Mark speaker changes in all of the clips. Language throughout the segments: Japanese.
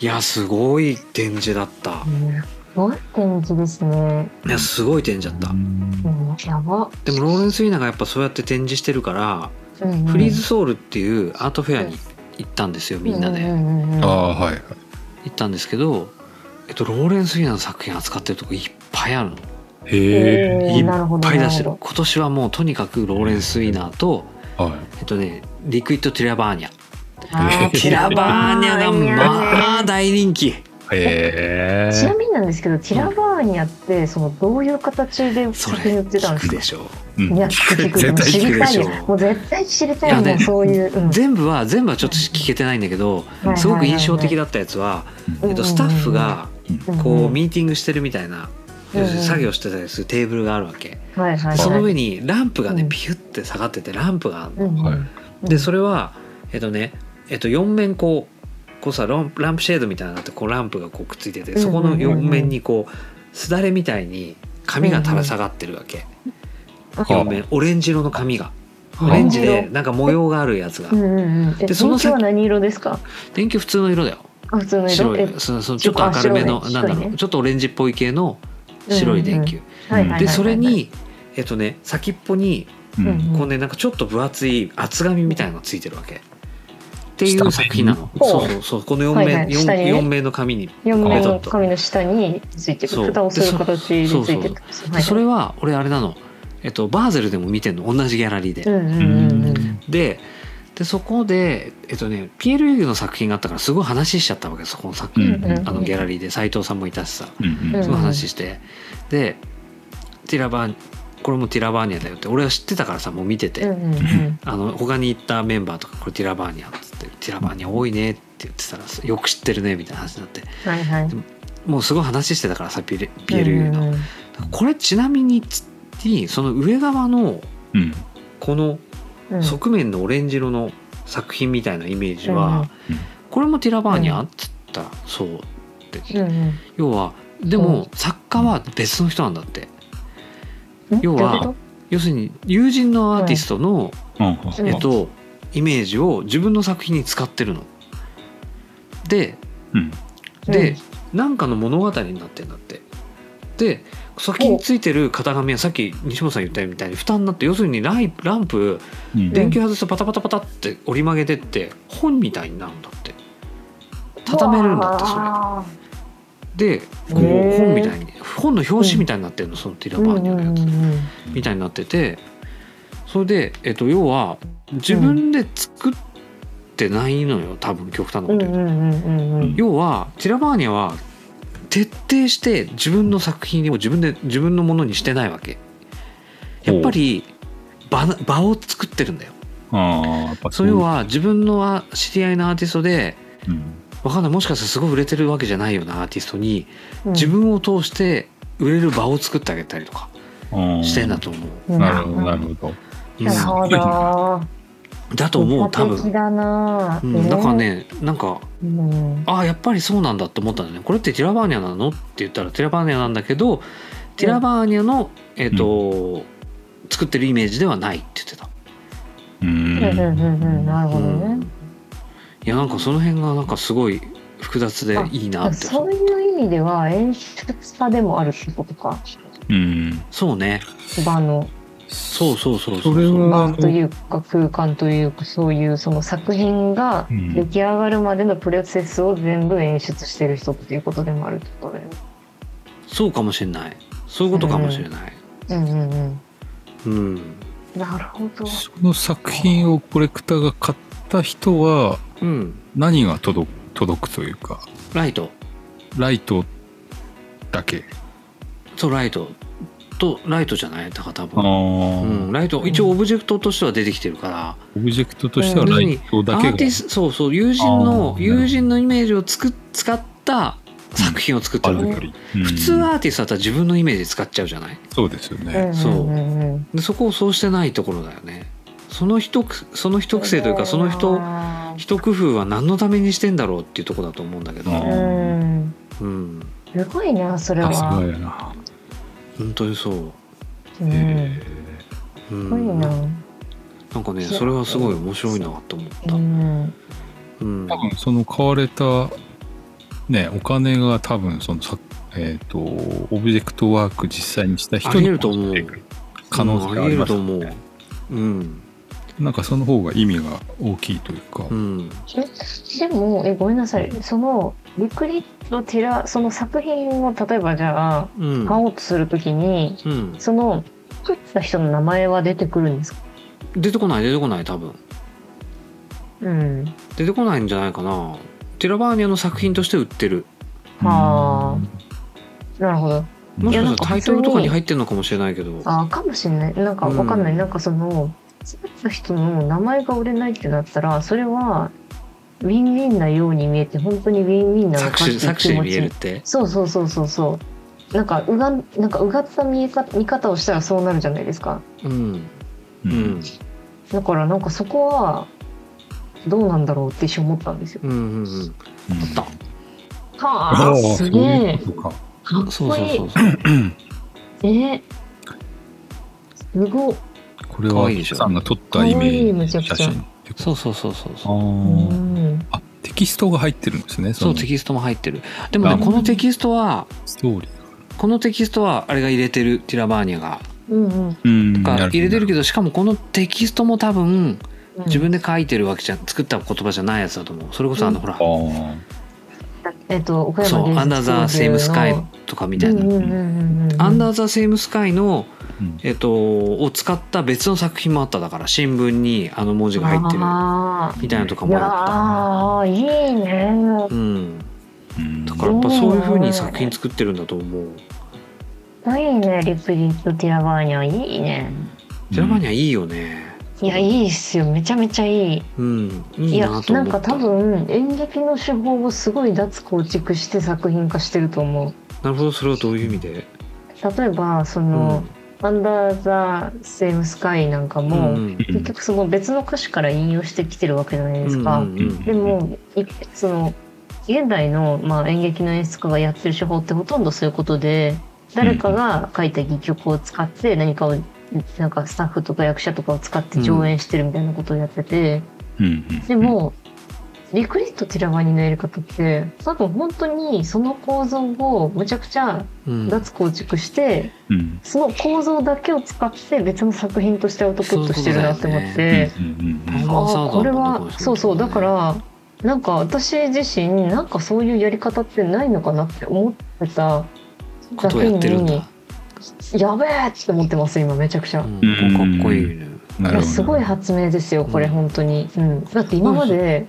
Speaker 1: いやすごい展示だった
Speaker 2: すごい展示ですね。
Speaker 1: いやすごい展示だった
Speaker 2: うん、やば。
Speaker 1: でもローレンス・ウィーナーがやっぱそうやって展示してるから、
Speaker 2: うん
Speaker 1: フリーズソウルっていうアートフェアに行ったんですよみんなで、
Speaker 2: うんうんうん
Speaker 3: ああはいはい
Speaker 1: 行ったんですけど、えっと、ローレンス・ウィーナーの作品扱ってるとこいっぱいあるの
Speaker 3: へえ
Speaker 2: えー
Speaker 1: いっ
Speaker 2: なるほど
Speaker 1: ぱい出してる
Speaker 2: なる
Speaker 1: 今年はもうとにかくローレンス・ウィーナーと
Speaker 3: は
Speaker 1: えっとねリクイッド・ティラバーニ ャ
Speaker 2: あ
Speaker 1: ティラバーニャがま あ
Speaker 2: ね
Speaker 1: 大人気
Speaker 3: いへ
Speaker 2: ちなみになんですけど、ティラバーニャってそのどういう形で
Speaker 1: それ
Speaker 2: 作品売ってたん
Speaker 1: 聞く
Speaker 2: ですか
Speaker 1: で。しょ
Speaker 3: え
Speaker 2: いや聞く聞く
Speaker 3: 絶対
Speaker 2: 知
Speaker 1: 聞く
Speaker 2: り
Speaker 1: で
Speaker 2: たい
Speaker 1: しょ
Speaker 2: よもう絶対知りたいよ
Speaker 1: いや
Speaker 2: もう
Speaker 1: ね
Speaker 2: そういう、うん
Speaker 1: 全部は全部はちょっと聞けてないんだけどすごく印象的
Speaker 2: だ、
Speaker 1: だったやつは、
Speaker 2: うん
Speaker 1: えっと、スタッフがこうミーティングしてるみたいな
Speaker 2: うん
Speaker 1: 要するに作業してたりするテーブルがあるわけ
Speaker 2: うんはいはいはい、
Speaker 1: その上にランプが
Speaker 2: う
Speaker 1: ね
Speaker 2: ん
Speaker 1: ピュって下がっててランプがあるの
Speaker 2: うん
Speaker 3: はい
Speaker 1: でそれはえっとねえっと4面こうこうさランランプシェードみたいなのがあってこうランプがこうくっついててそこの4面にこうすだれみたいに紙が垂れ下がってるわけ
Speaker 2: うん
Speaker 1: 4面オレンジ色の紙が
Speaker 3: うん
Speaker 1: オレンジでなんか模様があるやつが
Speaker 2: うんうんうん、
Speaker 1: で
Speaker 2: で
Speaker 1: そ
Speaker 2: そ
Speaker 1: の
Speaker 2: の
Speaker 1: 先
Speaker 2: は何色ですか
Speaker 1: 電球普通の色だよ
Speaker 2: あ普通の色
Speaker 1: 白
Speaker 2: え
Speaker 1: いそのそのちょっと明るめの
Speaker 2: あ白いね
Speaker 1: なんだろ
Speaker 2: 白いうね
Speaker 1: ちょっとオレンジっぽい系の白い電球
Speaker 2: はいはいはいはい
Speaker 1: でそれにえっとね先っぽに
Speaker 3: う
Speaker 2: うん
Speaker 3: ん
Speaker 1: こうねなんかちょっと分厚い厚紙みたいなのがついてるわけっていう作品なの
Speaker 2: ほう
Speaker 1: そうそうそうこの4
Speaker 2: はいは
Speaker 1: 名
Speaker 2: い下にね
Speaker 1: 4名の紙に
Speaker 2: 4
Speaker 3: あ
Speaker 2: 面
Speaker 3: ち
Speaker 1: ょ
Speaker 2: の
Speaker 1: っと
Speaker 2: 紙の下についてる
Speaker 1: そう
Speaker 2: 蓋をする形でつ
Speaker 1: そうそう
Speaker 2: いてる
Speaker 1: でそれは俺あれなのえっとバーゼルでも見てんの同じギャラリー
Speaker 2: う
Speaker 1: で
Speaker 2: んうんうん
Speaker 1: ででそこでえっとねピエール・ユーの作品があったからすごい話しちゃったわけそこの作
Speaker 3: う
Speaker 1: 品
Speaker 3: ん
Speaker 1: あのギャラリーで斎藤さんもいたしさ
Speaker 3: うん
Speaker 2: うん
Speaker 1: その話して、でティラバーこれもティラバーニャだよって俺は知ってたからさもう見てて、
Speaker 2: うんうんうん
Speaker 1: あの他に行ったメンバーとか「これティラバーニャ」っつって「ティラバーニャ多いね」って言ってたらさよく知ってるねみたいな話になって
Speaker 2: はいはい
Speaker 1: もうすごい話してたからさ PLU の、
Speaker 2: うんうん
Speaker 1: これちなみにつにその上側の
Speaker 3: うん
Speaker 1: この
Speaker 2: うん
Speaker 1: 側面のオレンジ色の作品みたいなイメージは、
Speaker 3: うんうん
Speaker 1: これもティラバーニャっつったら、そうって、
Speaker 2: うん
Speaker 1: 要はでも作家は別の人なんだって
Speaker 2: うんん
Speaker 1: 要は
Speaker 2: どういうこ
Speaker 1: 要するに友人のアーティストの、
Speaker 3: うん
Speaker 1: えっと、イメージを自分の作品に使ってるの。で
Speaker 3: うん
Speaker 2: と
Speaker 1: で、なんかの物語になってんだって。で先についてる型紙はさっき西本さん言ったみたいに負担になって要するにライランプ
Speaker 3: うん
Speaker 1: 電球外すとパタパタパタって折り曲げてって本みたいになるんだって畳めるんだってそれでこう
Speaker 2: へー
Speaker 1: 本みたいに本の表紙みたいになってるのそのティラ
Speaker 2: うん
Speaker 1: バ
Speaker 2: う
Speaker 1: ー
Speaker 2: ん
Speaker 1: ニャのやつ
Speaker 2: うん
Speaker 1: みたいになっててそれで、えっと、要は自分で作ってないのよ多分極端なこと
Speaker 2: うんう
Speaker 1: 言うと、
Speaker 2: んうんうんうん
Speaker 1: 要はティラバーニャは徹底して自分の作品を自分で自分のものにしてないわけやっぱり場な場を作ってるんだよ
Speaker 3: ああ
Speaker 1: それは自分のあ知り合いのアーティストで
Speaker 3: うん
Speaker 1: わかんないもしかしたらすごい売れてるわけじゃないようなアーティストに
Speaker 2: うん
Speaker 1: 自分を通して売れる場を作ってあげたりとか
Speaker 3: うん
Speaker 1: してんだと思う、
Speaker 3: なるほどなるほど
Speaker 1: うん
Speaker 2: なるほど。
Speaker 1: だと思う多
Speaker 2: 効果的
Speaker 1: 分、
Speaker 2: だな、
Speaker 1: うん、だから、ねなんか
Speaker 2: うん、
Speaker 1: ああやっぱりそうなんだって思ったんだよねこれってティラバーニャなのって言ったらティラバーニャなんだけどティラバーニャの、えっと作ってるイメージではないって言ってた、
Speaker 2: う
Speaker 3: う
Speaker 2: んうん
Speaker 3: ん
Speaker 2: うんうんなるほど
Speaker 1: うん
Speaker 2: ね、
Speaker 1: いやなんかその辺がなんかすごい複雑でいいなってそ
Speaker 2: そうういう意味では演出家でもあるってことか
Speaker 3: うん
Speaker 1: ね
Speaker 2: 場の
Speaker 1: そうそうそうそう
Speaker 3: それは
Speaker 2: 場というか空間というかそういうその作品が
Speaker 3: うん
Speaker 2: 出来上がるまでのプロセスを全部演出してる人っていうことでもあるってことだよね
Speaker 1: そうかもしれないそういうことかもしれない
Speaker 2: うんうんうん
Speaker 1: うん、
Speaker 2: なるほど
Speaker 3: その作品をコレクターが買った人は
Speaker 1: うん
Speaker 3: 何が届く届くというか
Speaker 1: ライト
Speaker 3: ライトだけ
Speaker 1: そうライトとライトじゃないだから多
Speaker 3: あ
Speaker 1: 分、
Speaker 3: あ、
Speaker 1: うん、ライト一応オブジェクトとしては出てきてるから、
Speaker 3: オブジェクトとしてはライトだ
Speaker 1: ア
Speaker 3: け
Speaker 1: ー
Speaker 3: が
Speaker 1: ティストそうそう友人の
Speaker 3: あー
Speaker 1: 友人のイメージをつく使った作品を作って
Speaker 3: あ
Speaker 1: る
Speaker 3: る
Speaker 1: わけ、
Speaker 3: より、うん
Speaker 1: 普通アーティストだったら自分のイメージ使っちゃうじゃない
Speaker 3: そうですよね、
Speaker 2: うんうんうんうん
Speaker 1: でそこをそうしてないところだよねその一くその一癖というかその人一工夫は何のためにしてんだろうっていうところだと思うんだけど、
Speaker 3: あ
Speaker 2: うん
Speaker 1: うん、
Speaker 2: すごいなそれ
Speaker 3: さす
Speaker 2: は
Speaker 3: がやな、
Speaker 1: 本当にそう、
Speaker 2: うん
Speaker 3: え
Speaker 1: う
Speaker 2: すごい
Speaker 1: ん、
Speaker 2: な
Speaker 1: なんかねそれはすごい面白いなと思っ
Speaker 2: う
Speaker 1: た、
Speaker 2: ん
Speaker 1: うん
Speaker 3: ー多分その買われたね、お金が多分そのさ、えっ、と、オブジェクトワーク実際にした人
Speaker 1: あ
Speaker 3: に
Speaker 1: げると思う
Speaker 3: 可能性があります
Speaker 1: うんあげ
Speaker 3: よ
Speaker 1: ると
Speaker 3: ね
Speaker 1: 思。ううん
Speaker 3: なんかその方が意味が大きいというか。
Speaker 1: うん
Speaker 2: でもえごめんなさいそのリクリッド・ティラその作品を例えばじゃあ
Speaker 1: うん
Speaker 2: 買おうとするときに
Speaker 1: うん
Speaker 2: その作った人の名前は出てくるんですか
Speaker 1: 出てこない出てこない多分
Speaker 2: うん
Speaker 1: 出てこないんじゃないかなティラバーニャの作品として売ってる
Speaker 2: はなるほど
Speaker 1: もしか
Speaker 2: い
Speaker 1: し
Speaker 2: や
Speaker 1: た
Speaker 2: なん
Speaker 1: ら
Speaker 2: か
Speaker 1: タイトルとかに入ってるのかもしれないけど
Speaker 2: あーかもしれないなんかわかんない、
Speaker 1: うん
Speaker 2: なんかその作った人の名前が売れないってなったらそれはウィンウィンなように見えて本当にウィンウィンなの
Speaker 1: 作
Speaker 2: かってい
Speaker 1: 詞
Speaker 2: う
Speaker 1: 作
Speaker 2: 気
Speaker 1: 詞に
Speaker 2: 持
Speaker 1: 見える
Speaker 2: ち
Speaker 1: って
Speaker 2: そうそうそうそうそうなんかうがんなんかうがった見えか見方をしたらそうなるじゃないですか
Speaker 1: うんう
Speaker 3: う
Speaker 1: んん
Speaker 2: だからなんかそこはどうなんだろうって一瞬思ったんですよ
Speaker 1: うんうんうんあっ
Speaker 2: は
Speaker 3: あ
Speaker 2: あ
Speaker 3: あ、そ
Speaker 2: す
Speaker 3: う
Speaker 2: げ
Speaker 3: いう
Speaker 2: え
Speaker 3: ことか。
Speaker 2: かっ
Speaker 1: そうそ
Speaker 2: こ
Speaker 1: う
Speaker 2: い
Speaker 1: そ
Speaker 2: いう
Speaker 1: そう
Speaker 2: えーすごっ
Speaker 3: これ
Speaker 1: 可
Speaker 3: は、
Speaker 1: 愛いでしょ
Speaker 3: さんが撮ったイメ
Speaker 2: 可愛い
Speaker 3: ー
Speaker 2: め
Speaker 3: ジ
Speaker 2: ちゃ
Speaker 3: の
Speaker 2: くちゃ
Speaker 3: 写真ってこと
Speaker 1: そうそうそうそうそう
Speaker 3: あ
Speaker 2: うん
Speaker 3: ああ、テキストが入ってるんですね。
Speaker 1: そう
Speaker 3: の
Speaker 1: テキストも入ってるでも
Speaker 3: う
Speaker 1: ね
Speaker 3: ん
Speaker 1: このテキストは
Speaker 3: ストーリー。
Speaker 1: このテキストはあれが入れてるティラバーニャが
Speaker 2: うんうん
Speaker 3: うん
Speaker 1: が入れてるけ
Speaker 3: ど。
Speaker 1: どしかもこのテキストも多分
Speaker 2: うん
Speaker 1: 自分で書いてるわけじゃん作った言葉じゃないやつだと思うそれこそあのほら
Speaker 3: ああ。
Speaker 2: えっと岡山
Speaker 1: そう「アンダー・ザ・セイム・スカイ」とかみたいな
Speaker 2: うんうんうんうん
Speaker 1: 「
Speaker 2: うん、
Speaker 1: アンダー・ザ・セイム・スカイの」
Speaker 3: うん
Speaker 1: えっとを使った別の作品もあっただから新聞にあの文字が入ってる
Speaker 2: あ
Speaker 1: みたいなのとか
Speaker 2: ーい
Speaker 1: も
Speaker 2: や
Speaker 1: あっ
Speaker 2: ーいいね
Speaker 1: たうん
Speaker 3: うん
Speaker 1: だからやっぱそういうふうに作品作ってるんだと思う
Speaker 2: いいねリプリット・ティラバーニャいいね
Speaker 1: ティラバーニャいいよね
Speaker 2: いやいいっすよめちゃめちゃいい
Speaker 1: うんい
Speaker 2: い
Speaker 1: い
Speaker 2: や
Speaker 1: なと
Speaker 2: な
Speaker 1: 思
Speaker 2: ん
Speaker 1: った
Speaker 2: か多分演劇の手法をすごい脱構築して作品化してると思う
Speaker 1: なるほどそれはどういう意味で
Speaker 2: 例えばその、アンダー・ザ・セイム・スカイなんか
Speaker 1: うん
Speaker 2: も、
Speaker 1: うん
Speaker 2: 結局その別の歌詞から引用してきてるわけじゃないですか、
Speaker 1: うんうんうん
Speaker 2: でもいその現代の、まあ、演劇の演出家がやってる手法ってほとんどそういうことで誰かが書いた戯曲を使って何かをなんかスタッフとか役者とかを使って上演してるみたいなことをやってて、
Speaker 3: うん
Speaker 2: で、も、リクリット・ティラワニのやり方って多分本当にその構造をむちゃくちゃ
Speaker 1: うん
Speaker 2: 脱構築して、
Speaker 3: うん
Speaker 2: その構造だけを使って別の作品としてアウトプットしてるなって思って。
Speaker 1: そう
Speaker 3: うんうんうん
Speaker 1: パワーサー
Speaker 2: あ
Speaker 1: ド
Speaker 2: これ
Speaker 1: だったのかも
Speaker 2: は
Speaker 1: しれない
Speaker 2: そうそうだからなんか私自身なんかそういうやり方ってないのかなって思ってた
Speaker 1: ことをやってるんだ、
Speaker 2: やべえって思ってます今めちゃくちゃ、
Speaker 1: うん
Speaker 3: うん
Speaker 1: かっこいいね
Speaker 3: うんないる
Speaker 2: や
Speaker 3: ほど
Speaker 2: すごい発明ですよこれ
Speaker 1: うん
Speaker 2: 本当に、うん、だって今まで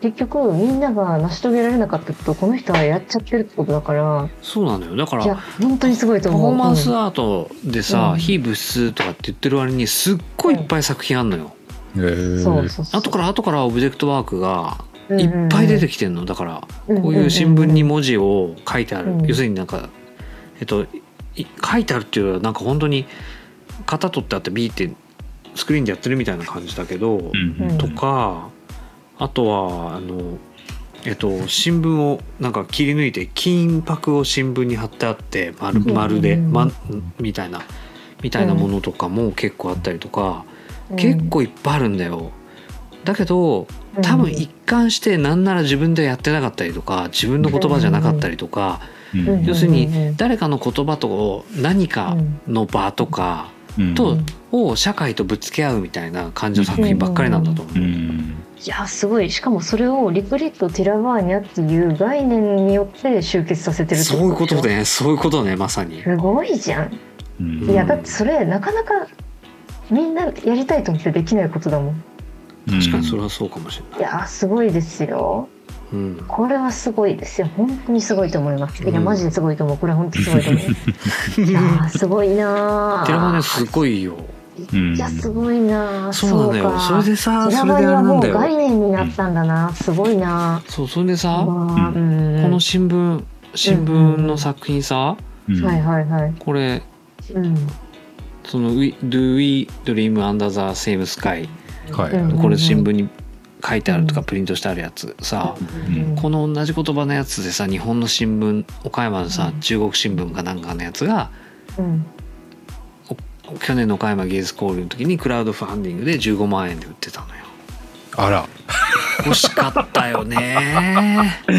Speaker 2: 結局みんなが成し遂げられなかったことをこの人はやっちゃってるってことだから
Speaker 1: そうなんだよだから
Speaker 2: いや本当にすごいと
Speaker 1: パフ
Speaker 2: 思う
Speaker 1: ォーマンス
Speaker 2: うん
Speaker 1: アートでさ、
Speaker 2: うん
Speaker 1: 非物質とかって言ってる割にすっごいいっぱい作品あんのよ、
Speaker 3: へー
Speaker 2: そうそうそう
Speaker 1: 後から後からオブジェクトワークがいっぱい出てきてんのだからこういう新聞に文字を書いてある、
Speaker 2: うん
Speaker 1: 要するになんかえっとい書いてあるっていうよりはなんか本当に型取ってあってビーってスクリーンでやってるみたいな感じだけど、
Speaker 3: うんうん
Speaker 1: とかあとはあのえっと新聞をなんか切り抜いて金箔を新聞に貼ってあって丸
Speaker 2: うん
Speaker 1: 丸で、
Speaker 2: うん
Speaker 1: ま、みたいなみたいなものとかも結構あったりとか、
Speaker 2: うん
Speaker 1: 結構いっぱいあるんだよ。だけど多分一貫してなんなら自分でやってなかったりとか自分の言葉じゃなかったりとか、
Speaker 3: うん
Speaker 2: うん
Speaker 1: 要するに
Speaker 2: うんうんうん
Speaker 1: 誰かの言葉と何かの場とか
Speaker 3: うん
Speaker 1: とを社会とぶつけ合うみたいな感じの作品ばっかりなんだと思う。
Speaker 3: うん
Speaker 2: いやすごいしかもそれをリプリット・ティラバーニャっていう概念によって集結させてるって
Speaker 1: そういうこと
Speaker 2: でし
Speaker 1: ねそういうことねまさに
Speaker 2: ょすごいじゃん、
Speaker 3: うん
Speaker 2: いやだってそれなかなかみんなやりたいと思ってできないことだもん
Speaker 1: 確かにそれはそうかもしれない
Speaker 2: いやすごいですよ
Speaker 1: い、うん、
Speaker 2: これはすごいですよ本当にすごいと思いますいや
Speaker 1: うん
Speaker 2: マジですごいと思うこれは本当にすご いと思ういやーすごいなー
Speaker 1: 寺場ねすごいよ
Speaker 3: うん
Speaker 2: いやすごいなー
Speaker 1: そうなんだよ
Speaker 2: か
Speaker 1: それでさ
Speaker 2: ティ
Speaker 1: そ
Speaker 2: ラ
Speaker 1: れであ
Speaker 2: バーニ
Speaker 1: れな
Speaker 2: ャも
Speaker 1: ん
Speaker 2: う
Speaker 1: だよ
Speaker 2: 概念になったんだなすごいな
Speaker 1: そうそれで
Speaker 2: ー
Speaker 1: さ、こ
Speaker 2: わーうん
Speaker 1: の新聞新聞の作品さ
Speaker 3: うん
Speaker 2: はいはいはい
Speaker 1: これ
Speaker 2: うん
Speaker 1: その「We- Do We Dream Under the Same Sky
Speaker 3: はい
Speaker 2: うん」
Speaker 1: これ新聞に書いてあるとかプリントしてあるやつさ
Speaker 3: うん
Speaker 1: この同じ言葉のやつでさ日本の新聞岡山のさ
Speaker 2: うん
Speaker 1: 中国新聞かなんかのやつが
Speaker 2: うん
Speaker 1: 去年の岡山芸術交流の時にクラウドファンディングで15万円で売ってたのよ。
Speaker 3: あら。
Speaker 1: 欲しかったよね
Speaker 2: れ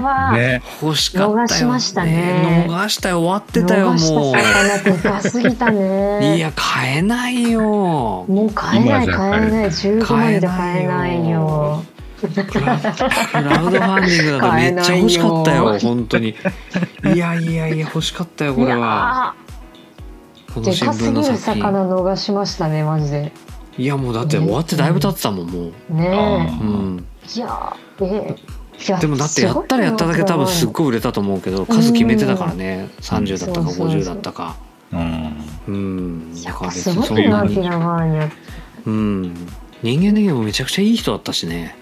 Speaker 2: は、
Speaker 3: ね。
Speaker 1: 欲しかったよね
Speaker 2: 逃しましたね
Speaker 1: 逃したよ終わってたよ
Speaker 2: 逃した
Speaker 1: もう
Speaker 2: 魚でかすぎたね。
Speaker 1: いや買えないよ
Speaker 2: もう買えない
Speaker 3: 今じゃ
Speaker 2: 買えない15万で買えないよ。
Speaker 1: クラクラウドファンディングなんてめっちゃ欲しかったよ本当にいやいやいや欲しかったよこれはこ
Speaker 2: い
Speaker 1: の
Speaker 2: やーで
Speaker 1: 新
Speaker 2: かす
Speaker 1: 聞
Speaker 2: ぎ
Speaker 1: の
Speaker 2: る
Speaker 1: 作品
Speaker 2: 魚逃しましたねマジで。
Speaker 1: いやもうだって終わってだいぶ経ってたもんもう
Speaker 2: ね
Speaker 3: あ
Speaker 1: うん
Speaker 2: え。いやーえーいや
Speaker 1: でもだってやったらやっただけ多分すっごい売れたと思うけど数決めてたからね30だったか
Speaker 2: そうそうそう
Speaker 1: 50だったか
Speaker 3: うん。
Speaker 1: うん
Speaker 2: や
Speaker 1: だ
Speaker 2: っ
Speaker 1: から
Speaker 2: ぱ
Speaker 1: 別
Speaker 2: す
Speaker 1: に
Speaker 2: ご
Speaker 1: そ
Speaker 2: い
Speaker 1: んな
Speaker 2: な
Speaker 1: に
Speaker 2: キラマーニャ。
Speaker 1: うん人間的にもめちゃくちゃいい人だったしね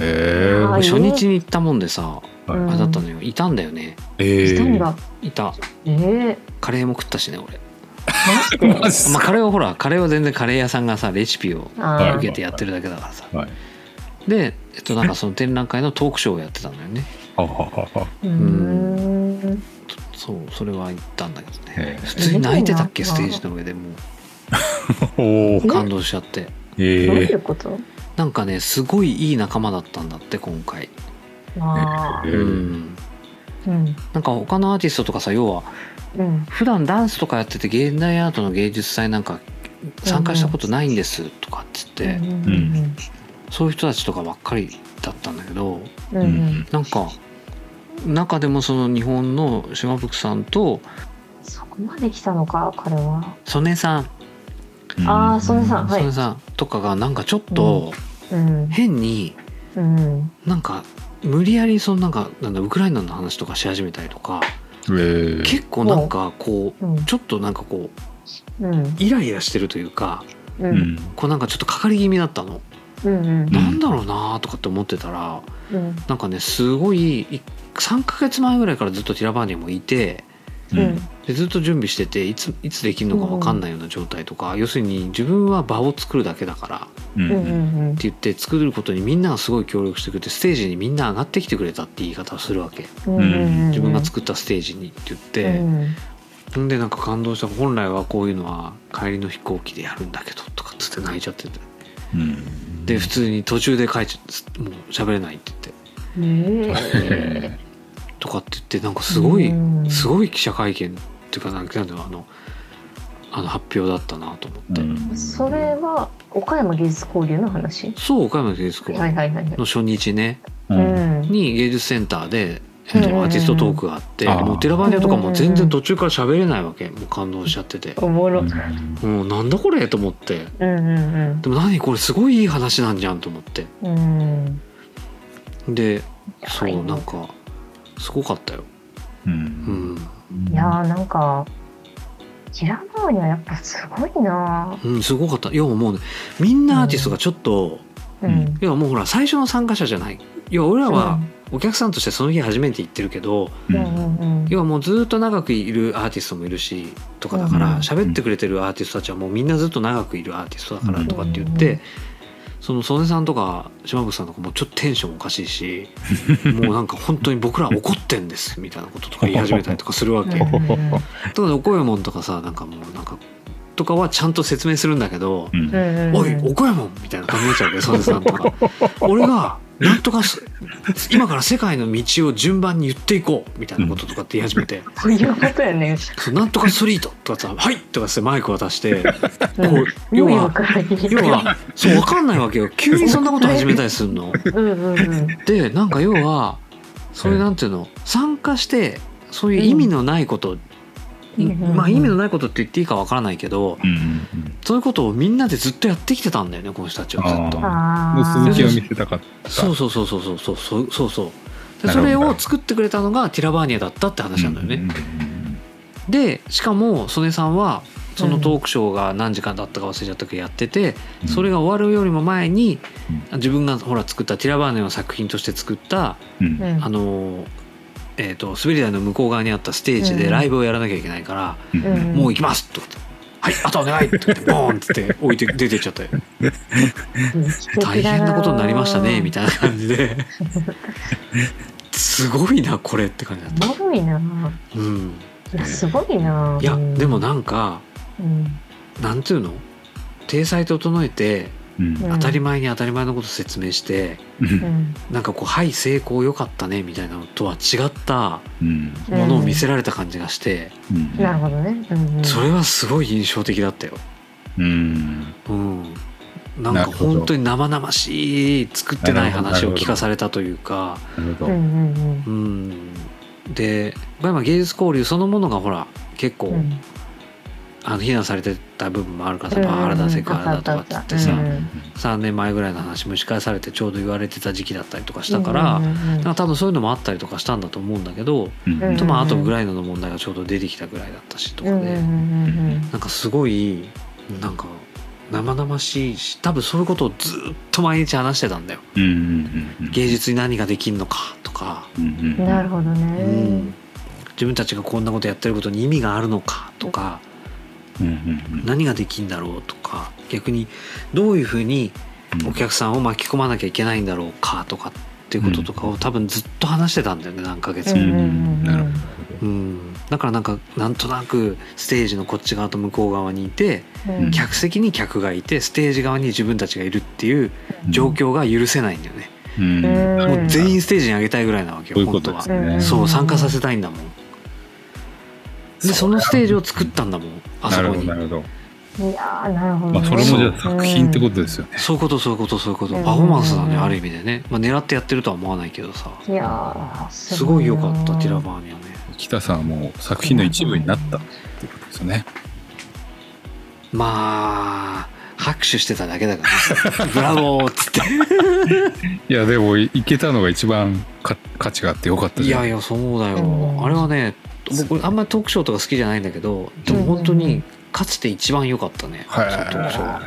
Speaker 3: へえ。
Speaker 2: あ
Speaker 1: 俺
Speaker 2: いい
Speaker 1: 初日に行ったもんでさ
Speaker 3: うん
Speaker 1: あれだったのよいたんだよね
Speaker 3: え
Speaker 2: いたんだ。
Speaker 1: いた
Speaker 2: ええ
Speaker 1: カレーも食ったしね俺
Speaker 2: ー。
Speaker 3: マジっす
Speaker 1: まあ
Speaker 3: か
Speaker 1: カレーはほらカレーは全然カレー屋さんがさレシピを
Speaker 2: あ
Speaker 1: 受け
Speaker 2: ー
Speaker 1: てやってるだけだからさ
Speaker 3: はい。
Speaker 1: でえっとなんかその展覧会のトークショーをやってたんだよね
Speaker 3: はははは。
Speaker 2: うーん。
Speaker 1: そうそれは行ったんだけどね
Speaker 3: へえ
Speaker 1: 普通に泣いてたっけステージの上でも
Speaker 3: おお
Speaker 1: う。感動しちゃって
Speaker 3: え
Speaker 2: どうい
Speaker 3: え。
Speaker 2: うこと？
Speaker 1: なんかねすごいいい仲間だったんだって今回
Speaker 2: ああ。
Speaker 3: え
Speaker 1: うん
Speaker 2: うん
Speaker 1: なんか他のアーティストとかさ要は
Speaker 2: うん。
Speaker 1: 普段ダンスとかやってて現代アートの芸術祭なんか参加したことないんですとかっつって、
Speaker 2: うんうん
Speaker 1: そういう人たちとかばっかりだったんだけど
Speaker 2: うんう
Speaker 3: うんん。
Speaker 1: なんか中でもその日本の島吹さんと
Speaker 2: そこまで来たのか彼は。
Speaker 1: 曽根さん
Speaker 2: あーそれさは
Speaker 1: 曽
Speaker 2: い
Speaker 1: 根さんとかがなんかちょっと
Speaker 2: うん
Speaker 1: 変に
Speaker 2: うん。
Speaker 1: なんか無理やりそのなんかなんだウクライナの話とかし始めたりとか
Speaker 3: ええ。
Speaker 1: 結構なんかこ
Speaker 2: うん
Speaker 1: うちょっとなんかこう
Speaker 2: うん
Speaker 1: イライラしてるというか
Speaker 2: う
Speaker 3: うんん。
Speaker 1: こうなんかちょっとかかり気味だったの。
Speaker 2: うん
Speaker 3: ん
Speaker 1: なんだろうなとかって思ってたら
Speaker 2: うん
Speaker 1: なんかねすごいい3ヶ月前ぐらいからずっとティラバーニャもいて
Speaker 3: うん。
Speaker 1: でずっと準備してていついつできるのか分かんないような状態とか、要するに自分は場を作るだけだからっ
Speaker 3: う。
Speaker 2: うんうんん
Speaker 1: て言って作ることにみんながすごい協力してくれてステージにみんな上がってきてくれたって言い方をするわけ
Speaker 2: うんうん
Speaker 1: 自分が作ったステージにって言って、
Speaker 2: うん
Speaker 1: ん、でなんか感動した本来はこういうのは帰りの飛行機でやるんだけどとかっつって泣いちゃってて
Speaker 3: うん。
Speaker 1: で普通に途中で帰っちゃってもう喋れないって言って。
Speaker 2: ねえ
Speaker 3: え
Speaker 1: とかって言ってなんかすごい、
Speaker 2: うん
Speaker 1: すごい記者会見っていうかなんかなんだろうあのあの発表だったなと思って、
Speaker 3: うん
Speaker 2: それは岡山芸術交流の話
Speaker 1: そう岡山芸術校
Speaker 2: はい
Speaker 1: の
Speaker 2: はいはいはい
Speaker 1: 初日ね
Speaker 3: う。
Speaker 2: うんん
Speaker 1: に芸術センターで、えっと
Speaker 2: うん
Speaker 1: アーティストトークがあって、
Speaker 3: あー
Speaker 1: もうテラバンデとかも全然途中から喋れないわけもう感動しちゃってて、
Speaker 2: おもろ
Speaker 1: もうなんだこれと思って
Speaker 2: うんうん
Speaker 1: でも何これすごいいい話なんじゃんと思って
Speaker 2: うんうん
Speaker 1: で
Speaker 2: は
Speaker 1: そ
Speaker 2: いう
Speaker 1: なんかすごかったよ、
Speaker 3: う。
Speaker 1: うんん
Speaker 2: いやーなんかキラマーニャやっぱすごいな
Speaker 1: うん、すごかった要はもうねみんなアーティストがちょっと、
Speaker 2: う
Speaker 3: うん
Speaker 2: ん
Speaker 1: 要はもうほら最初の参加者じゃない要は俺らはお客さんとしてその日初めて行ってるけど、
Speaker 2: う
Speaker 3: うん
Speaker 2: うん
Speaker 3: ん。
Speaker 2: うん
Speaker 1: 要はもうずっと長くいるアーティストもいるしとかだか
Speaker 3: う
Speaker 1: ら
Speaker 3: ん
Speaker 1: 喋、ってくれてるアーティストたちはもうみんなずっと長くいるアーティストだからとかって言って、
Speaker 2: うん
Speaker 1: その曽根さんとか島口さんとかもうちょっとテンションおかしいしもうなんか本当に僕ら怒ってんですみたいなこととか言い始めたりとかするわ
Speaker 2: うん
Speaker 1: け。
Speaker 2: うんうん
Speaker 1: とかおこえもんとかさなんかもうなんかとかはちゃんと説明するんだけど。
Speaker 3: うん
Speaker 2: う。ん
Speaker 1: おい、岡山みたいな感じになっちゃうね、それさんとか。俺が、なんとかす、今から世界の道を順番に言っていこうみたいなこととかって言い始め て、
Speaker 2: そういうことやね
Speaker 1: そうなんとかストリートとかさ、はいとかしてマイク渡 して、
Speaker 2: う ん
Speaker 1: こう要
Speaker 2: 意味
Speaker 1: は
Speaker 2: わからん
Speaker 1: 要は、そう、わかんないわけよ。急にそんなこと始めたりするの。
Speaker 2: うんうんうん
Speaker 1: で、なんか要は、そういうなんていうの、参加して、そういう意味のないこと、
Speaker 2: うん
Speaker 1: まあ意味のないことって言っていいかわからないけど、
Speaker 3: うん。
Speaker 1: そういうことをみんなでずっとやってきてたんだよね、この人たちはずっと。
Speaker 2: あ
Speaker 3: 続
Speaker 2: ー
Speaker 3: きを見せたかった。
Speaker 1: そうそうそうそうそうそうそうそうそうで
Speaker 3: な
Speaker 1: そ
Speaker 3: るほど
Speaker 1: れを作ってくれたのがティラバーニャだったって話なんだよね、でしかも曽根さんはそのトークショーが何時間だったか忘れちゃったけどやってて、
Speaker 3: うん
Speaker 1: それが終わるよりも前に、自分がほら作ったティラバーニャの作品として作った、
Speaker 3: うん。
Speaker 2: うん
Speaker 1: あのーえー、と滑り台の向こう側にあったステージでライブをやらなきゃいけないから「
Speaker 3: うん。うん。
Speaker 1: もう行きます!」とかってはいあとお願い!」って言ってボーンっつって置いて出てっちゃったよ大変なことになりましたねみた
Speaker 2: た
Speaker 1: いな感じ ですごいなこれって感じだった、
Speaker 2: おもろいな
Speaker 1: うん、
Speaker 2: いやすごいない
Speaker 1: やでも
Speaker 2: な
Speaker 1: なんか
Speaker 2: うん
Speaker 1: なんていうの体裁整えて
Speaker 3: うん
Speaker 2: うん
Speaker 1: 当たり前に当たり前のこと説明して
Speaker 2: うん
Speaker 1: なんかこう「はい成功良かったね」みたいなのとは違った
Speaker 3: うん
Speaker 1: ものを見せられた感じがして、
Speaker 3: うん
Speaker 2: なるほどね。うんうん
Speaker 1: それはすごい印象的だったよ。
Speaker 3: うん
Speaker 1: うん、なんか
Speaker 3: なるほど
Speaker 1: 本当に生々しい作ってない話を聞かされたというか、
Speaker 3: なるほ
Speaker 2: う
Speaker 3: ど
Speaker 2: んうん
Speaker 1: うん、でまあまあ芸術交流そのものがほら結構、
Speaker 2: うんうん
Speaker 1: あの非難されてた部分もあるからさ
Speaker 2: う
Speaker 1: 「
Speaker 2: ん
Speaker 1: まあ、あらだせ
Speaker 2: あ
Speaker 1: か
Speaker 2: っ
Speaker 1: あ
Speaker 2: たあ
Speaker 1: らだ」と
Speaker 2: っ
Speaker 1: か
Speaker 2: たあ
Speaker 1: っ
Speaker 2: った
Speaker 1: つって
Speaker 2: う
Speaker 1: さ、3
Speaker 2: ん
Speaker 1: 年前ぐらいの話蒸し返されてちょうど言われてた時期だったりとかしたから,、
Speaker 2: うんうんうん
Speaker 1: なんか多分そういうのもあったりとかしたんだと思うんだけど、
Speaker 3: うん
Speaker 2: うん
Speaker 1: とまああとぐらいの問題がちょうど出てきたぐらいだったしとかで、
Speaker 2: うんうんうんうん
Speaker 1: なんかすごいなんか生々しいし多分そういうことをずっと毎日話してたんだよ。
Speaker 3: うんうんうん
Speaker 1: 芸術に何ができるのかとか、
Speaker 3: うんうん
Speaker 2: うんなるほど
Speaker 1: う
Speaker 2: ね
Speaker 1: ん。自分たちがこんなことやってることに意味があるのかとか
Speaker 3: うんうん
Speaker 1: 何ができるんだろうとか逆にどういうふうに
Speaker 3: うん
Speaker 1: お客さんを巻き込まなきゃいけないんだろうかとかっていうこととかを多分ずっと話してたんだよね何ヶ月
Speaker 3: う
Speaker 1: も。
Speaker 3: んうんなるほど
Speaker 1: うん、だからなんかなんとなくステージのこっち側と向こう側にいて
Speaker 2: うん
Speaker 1: 客席に客がいてステージ側に自分たちがいるっていう状況が許せないんだよね、
Speaker 3: う
Speaker 2: う
Speaker 3: ん
Speaker 2: ん
Speaker 1: もう全員ステージに上げたいぐらいなわけよ
Speaker 3: そういうこ
Speaker 1: 本当
Speaker 3: とで
Speaker 1: は
Speaker 3: すね
Speaker 1: そう参加させたいんだもんで
Speaker 3: そう
Speaker 1: そのステージを作ったんだもんあそ
Speaker 3: な
Speaker 1: こ
Speaker 3: るほど
Speaker 1: に
Speaker 3: なるほど
Speaker 2: いやーなるほどね。
Speaker 3: まあそれもじゃあ作品ってことですよね
Speaker 1: そういうことそういうことそういうこと
Speaker 2: うん
Speaker 1: パフォーマンスだね
Speaker 2: うん
Speaker 1: ある意味でね、まあ、狙ってやってるとは思わないけどさ
Speaker 2: いやーす
Speaker 1: すごい良
Speaker 2: よ
Speaker 1: かったティラバーニはね
Speaker 3: 北さんはもう作品の一部になったってことですよね
Speaker 1: まあ拍手してただけだから、 ね、ブラボーっつって
Speaker 3: いやでもいけたのが一番か価値があってよかった
Speaker 1: い
Speaker 3: じゃん
Speaker 1: やいやそうだよ、
Speaker 2: うん
Speaker 1: あれはね僕あんまりトークショーとか好きじゃないんだけどでも本当にかつて一番良かったね、
Speaker 3: はい
Speaker 1: そのトークショーは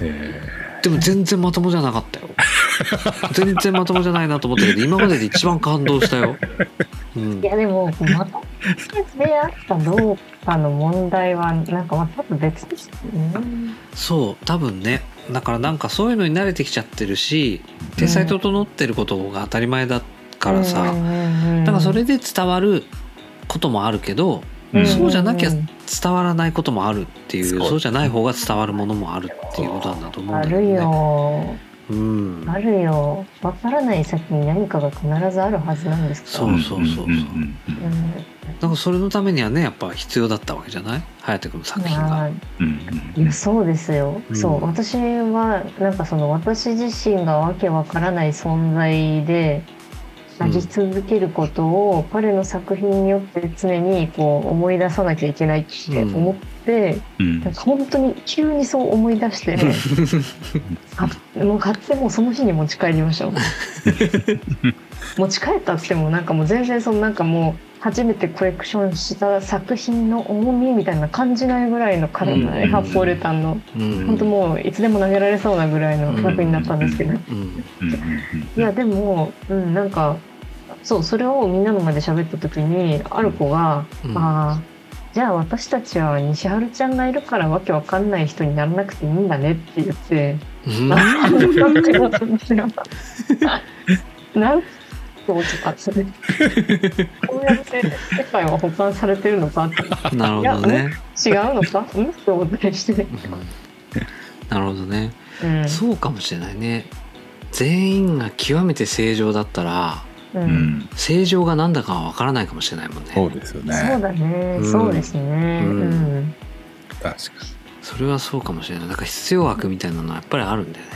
Speaker 3: え
Speaker 1: でも全然まともじゃなかったよ全然まともじゃないなと思ったけど今までで一番感動したよ、うん
Speaker 2: い、やでもまた出会ったどうかの問題はなんかまた別ですよね。
Speaker 1: そう多分ねだからなんかそういうのに慣れてきちゃってるし体裁整ってることが当たり前だからさ、
Speaker 2: だ
Speaker 1: だからそれで伝わることもあるけど、
Speaker 3: うん
Speaker 1: そうじゃなきゃ
Speaker 2: うん
Speaker 1: 伝わらないこともあるっていう、
Speaker 3: そう
Speaker 1: そうじゃない方が伝わるものもあるっていうことなんだと思うん
Speaker 2: あ
Speaker 1: だけど、ね、
Speaker 2: るよ
Speaker 1: うん、
Speaker 2: あるよわからない先に何かが必ずあるはずなんですから。
Speaker 1: そうそうそうそう
Speaker 2: うん
Speaker 1: だからそれのためにはねやっぱ必要だったわけじゃない颯君の作品
Speaker 2: ま
Speaker 1: が
Speaker 2: あ。いや
Speaker 3: う
Speaker 2: そうですよ、
Speaker 1: うん
Speaker 2: そう私はなんかその私自身がわけわからない存在で
Speaker 1: うん
Speaker 2: 泣き続けることを彼の作品によって常にこう思い出さなきゃいけないって思って、
Speaker 3: ん
Speaker 2: なんか本当に急にそう思い出して あもう買ってもうその日に持ち帰りまし たもん持ち帰ったってもなんかもう全然そのなんかもう初めてコレクションした作品の重みみたいな感じないぐらいの軽
Speaker 1: うん
Speaker 3: うんうん
Speaker 2: い発泡ウレタンの
Speaker 1: うん
Speaker 2: 本当もういつでも投げられそうなぐらいの
Speaker 1: うん
Speaker 2: 額になったんですけど
Speaker 1: うん
Speaker 2: いやでもうんなんかそうそれをみんなの前で喋った時にある子が
Speaker 1: うん
Speaker 2: ああじゃあ私たちは西春ちゃんがいるからわけわかんない人にならなくていいんだねって言って
Speaker 1: うん
Speaker 2: なんて言うんですよなんて落ちたそれこうやって世界は保管されてるのかっ て
Speaker 1: なるほどね。
Speaker 2: 違うのかうんって思ったりして、
Speaker 1: うん なるほどね、
Speaker 2: うん
Speaker 1: そうかもしれないね全員が極めて正常だったら
Speaker 2: う
Speaker 3: うんん
Speaker 1: 正常が何だかは分からないかもしれないもんね
Speaker 3: そうです
Speaker 2: そ
Speaker 3: よ
Speaker 2: う
Speaker 3: ね
Speaker 2: だね、
Speaker 1: うん
Speaker 2: そうですね、
Speaker 1: う
Speaker 2: うんん
Speaker 3: 確か
Speaker 1: それはそうかもしれないだから必要悪みたいなのはやっぱりあるんだよね、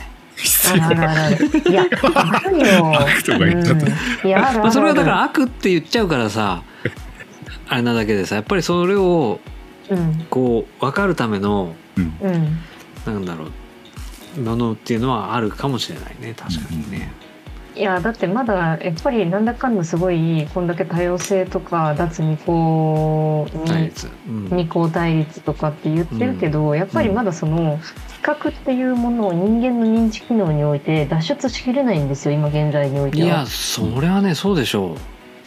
Speaker 2: あらあらあらいやあるよ
Speaker 3: 悪とか言っちゃった
Speaker 2: うんいやあるあるあ
Speaker 1: ま
Speaker 2: る
Speaker 1: あ、それはだから悪って言っちゃうからさあれなだけでさやっぱりそれを
Speaker 2: うん
Speaker 1: こう分かるための
Speaker 3: うん
Speaker 2: うん
Speaker 1: なんだろうものっていうのはあるかもしれないね確かにね、
Speaker 2: いやだってまだやっぱりなんだかんだすごいこんだけ多様性とか脱二項
Speaker 1: 対
Speaker 2: に
Speaker 1: 立、うん
Speaker 2: 二項対立とかって言ってるけど、やっぱりまだその比較っていうものを人間の認知機能において脱出しきれないんですよ今現在におい
Speaker 1: い
Speaker 2: ては
Speaker 1: や。それはねそうでしょ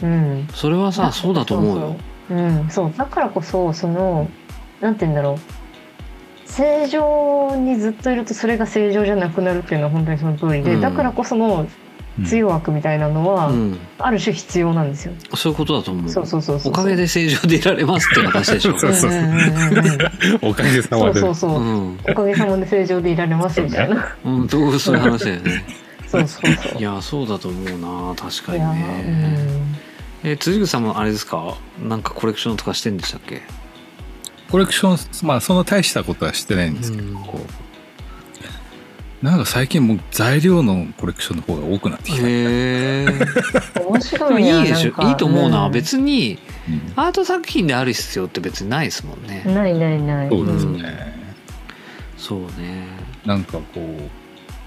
Speaker 2: うん
Speaker 1: うそれは さそうだと思うよ
Speaker 2: そうそううん、そうだからこそそのなんて言うんだろう正常にずっといるとそれが正常じゃなくなるっていうのは本当にその通りで、
Speaker 1: うん
Speaker 2: だからこその強い枠みたいなのは、
Speaker 1: うん、
Speaker 2: ある種必要なんですよ。
Speaker 1: そういうことだと思う
Speaker 2: そうそうそうそう。
Speaker 1: おかげで正常でいられますって話でしょ
Speaker 3: そうそう
Speaker 2: うんうんうんうん
Speaker 3: おかげさ
Speaker 2: そ
Speaker 3: ま
Speaker 2: う
Speaker 3: で
Speaker 2: そうそうう。
Speaker 1: ん、
Speaker 2: おかげさまで正常でいられますみたいな。
Speaker 1: うん、どうそういう話だよね
Speaker 2: そうそうそう。
Speaker 1: いやそうだと思うな確か
Speaker 2: い
Speaker 1: に
Speaker 2: や
Speaker 1: ね、えー辻口さんもあれですかなんかコレクションとかしてんでしたっけ
Speaker 3: コレクションまあそんな大したことはしてないんですけど、
Speaker 1: うん
Speaker 3: こうなんか最近もう材料のコレクションの方が多くなってきた、
Speaker 1: へえ
Speaker 2: うん面白いな
Speaker 1: いいでし
Speaker 2: なんか
Speaker 1: ょいいと思うな、
Speaker 2: ん
Speaker 1: 別に
Speaker 3: うん
Speaker 1: アート作品である必要って別にないですもんね、
Speaker 2: ないないない。
Speaker 3: そうです
Speaker 2: ん
Speaker 3: ね、
Speaker 1: そうね
Speaker 3: なんかこ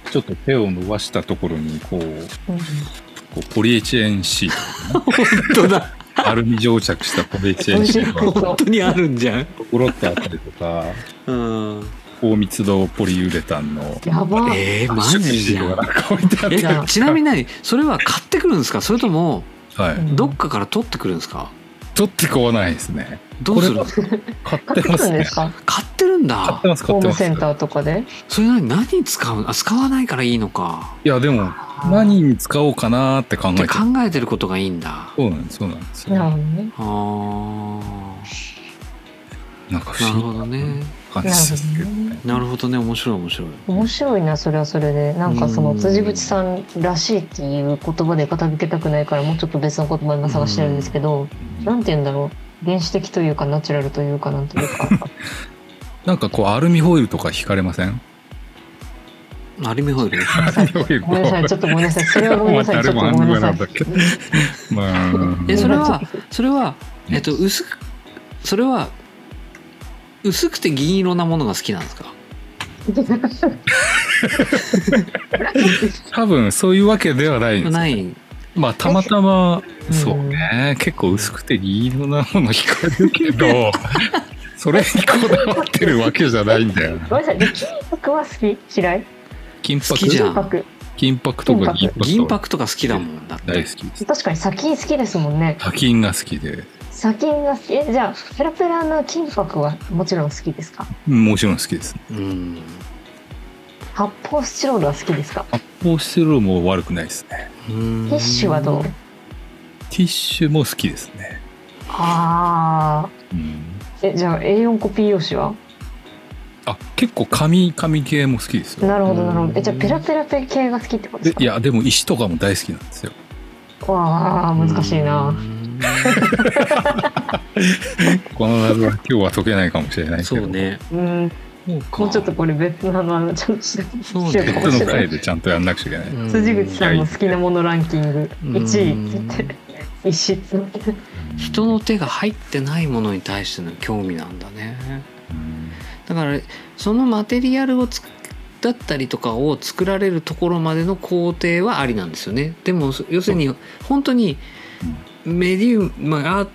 Speaker 3: うちょっと手を伸ばしたところにこう
Speaker 2: うん
Speaker 3: こうポリエチレンシー
Speaker 1: 本当だ
Speaker 3: トアルミ蒸着したポリエチレンシートが
Speaker 1: 本当にあるんじゃん
Speaker 3: ゴロッとあったりとか
Speaker 1: うん
Speaker 3: 高密度ポリウレタンの
Speaker 2: やば。
Speaker 1: えー、マジじゃ
Speaker 3: がなん
Speaker 1: ん
Speaker 3: か置いてあっ
Speaker 1: え
Speaker 3: て
Speaker 2: ゃん
Speaker 1: ちなみに何それは買ってくるんですかそれとも
Speaker 3: は
Speaker 2: うん
Speaker 3: い
Speaker 1: どっかから取ってくるんですか
Speaker 3: 取ってこないですね
Speaker 1: どうするんですか
Speaker 3: 買っ
Speaker 2: 買っててく
Speaker 3: ま
Speaker 2: る
Speaker 3: す
Speaker 2: ん
Speaker 3: ね
Speaker 2: ですか。
Speaker 1: 買ってるん
Speaker 3: 買
Speaker 1: だ
Speaker 3: ってます買
Speaker 2: ホー
Speaker 3: って
Speaker 2: ム
Speaker 3: ま
Speaker 2: セ
Speaker 3: す
Speaker 2: ンターとかで。
Speaker 1: それ何何使うのあ使わないからいいのか
Speaker 3: いやでも何に使おうかなーって考え
Speaker 1: って
Speaker 3: て
Speaker 1: 考えてることがいいんだあ
Speaker 3: そうなんですそうなんですよ
Speaker 2: なるほどね。
Speaker 1: あー
Speaker 3: なんか不
Speaker 1: なる
Speaker 3: 思議
Speaker 1: ほどね
Speaker 3: な感じですけど
Speaker 2: なるほど
Speaker 3: ね
Speaker 1: なるほどね面白い面白い
Speaker 2: 面白いなそれはそれでなんかそうの
Speaker 1: ん
Speaker 2: 辻口さんらしいっていう言葉で片付けたくないからもうちょっと別の言葉今探してるんですけどなんて言うんだろう原始的というかナチュラルというかなんというか
Speaker 3: なんかこうアルミホイルとか引かれません
Speaker 1: アルミホイル
Speaker 3: アルミホイル
Speaker 2: ごめんなさいちょっとごめんなさいそれはごめんな さいちょっとごめんなさい
Speaker 3: まあ誰もアンミホイルなんまあ
Speaker 1: えそれ
Speaker 2: ちょっ
Speaker 1: は
Speaker 2: と
Speaker 1: それはえっと薄くそれは薄くて銀色なものが好きなんですか
Speaker 3: 多分そういうわけではないんですよ
Speaker 1: ない
Speaker 3: まあたまたま
Speaker 2: うん
Speaker 3: そうね結構薄くて銀色なもの引かれるけどそれにこだわってるわけじゃないんだよ
Speaker 2: ごめんなさいで金箔は好き嫌い
Speaker 3: 金
Speaker 1: 好きじ
Speaker 3: 箔
Speaker 1: ゃん
Speaker 2: 金箔
Speaker 3: 金箔とか銀箔とか
Speaker 1: 銀箔とか好きだもんだって
Speaker 3: 大好きです
Speaker 2: 確かに砂金好きですもんね
Speaker 3: 砂金が好きで
Speaker 2: 砂金が好きえじゃあペラペラな金箔はもちろん好きですか
Speaker 3: もちろん好きです
Speaker 1: うん
Speaker 2: 発泡スチロールは好きですか
Speaker 3: 発泡スチロールも悪くないですね
Speaker 1: テ
Speaker 2: テ
Speaker 1: ィ
Speaker 2: ィッシュはどう
Speaker 3: ティッシュも好きですね
Speaker 2: ああ
Speaker 3: うん
Speaker 2: えじゃあ A4 コピー用紙は
Speaker 3: あ結構紙紙系も好きですよ
Speaker 2: なるほど
Speaker 1: うん
Speaker 2: なるほどえじゃあペラペラペ系が好きってことで
Speaker 3: です
Speaker 2: か
Speaker 3: いやでも石とかも大好きなんですよ
Speaker 2: わあ難しいうなん
Speaker 3: この謎は今日は解けないかもしれないけ
Speaker 1: そ
Speaker 3: ど
Speaker 1: うね
Speaker 2: うん
Speaker 1: そうか
Speaker 2: もうちょっとこれ別のあのあのちょっとし
Speaker 1: そう
Speaker 2: よう
Speaker 3: ネ
Speaker 2: か
Speaker 3: ッ
Speaker 2: も
Speaker 3: ト
Speaker 2: し
Speaker 3: の
Speaker 2: れない
Speaker 3: 回でちゃんとやんなくちゃいけない、
Speaker 1: うん
Speaker 2: 辻口さんの好きなものランキング
Speaker 1: うん
Speaker 2: 1位 って言って石って言って
Speaker 1: 人の手が入ってないものに対しての興味なんだね
Speaker 3: うん
Speaker 1: だからそのマテリアルをつだったりとかを作られるところまでの工程はありなんですよねでも要するに本当にメディウム、まあ、アート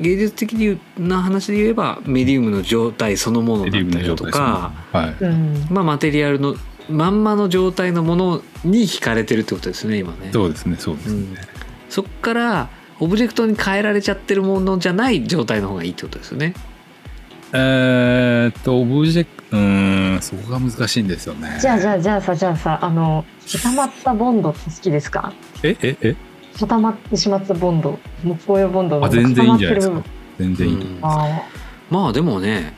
Speaker 1: 芸術的な話で言えばメディウムの状態そのものだったりとか、
Speaker 3: はい
Speaker 2: うん
Speaker 1: まあ、マテリアルのまんまの状態のものに惹かれてるってことですね今ね。
Speaker 3: そうですねそうですね、
Speaker 1: うんそっからオブジェクトに変えられちゃってるものじゃない状態の方がいいってことですよね。
Speaker 3: えーっとオブジェクトうーんそこが難しいんですよね
Speaker 2: じゃあじゃあじゃあさじゃあさあの固まったボンドって好きですか
Speaker 3: えええ
Speaker 2: 固まってしまったボンド木工用ボンドの
Speaker 3: あ全然いいんじゃないです
Speaker 2: 固まっ
Speaker 3: か
Speaker 2: てる
Speaker 3: 全然いい、
Speaker 1: うん
Speaker 2: 部分ああ
Speaker 1: まあでもね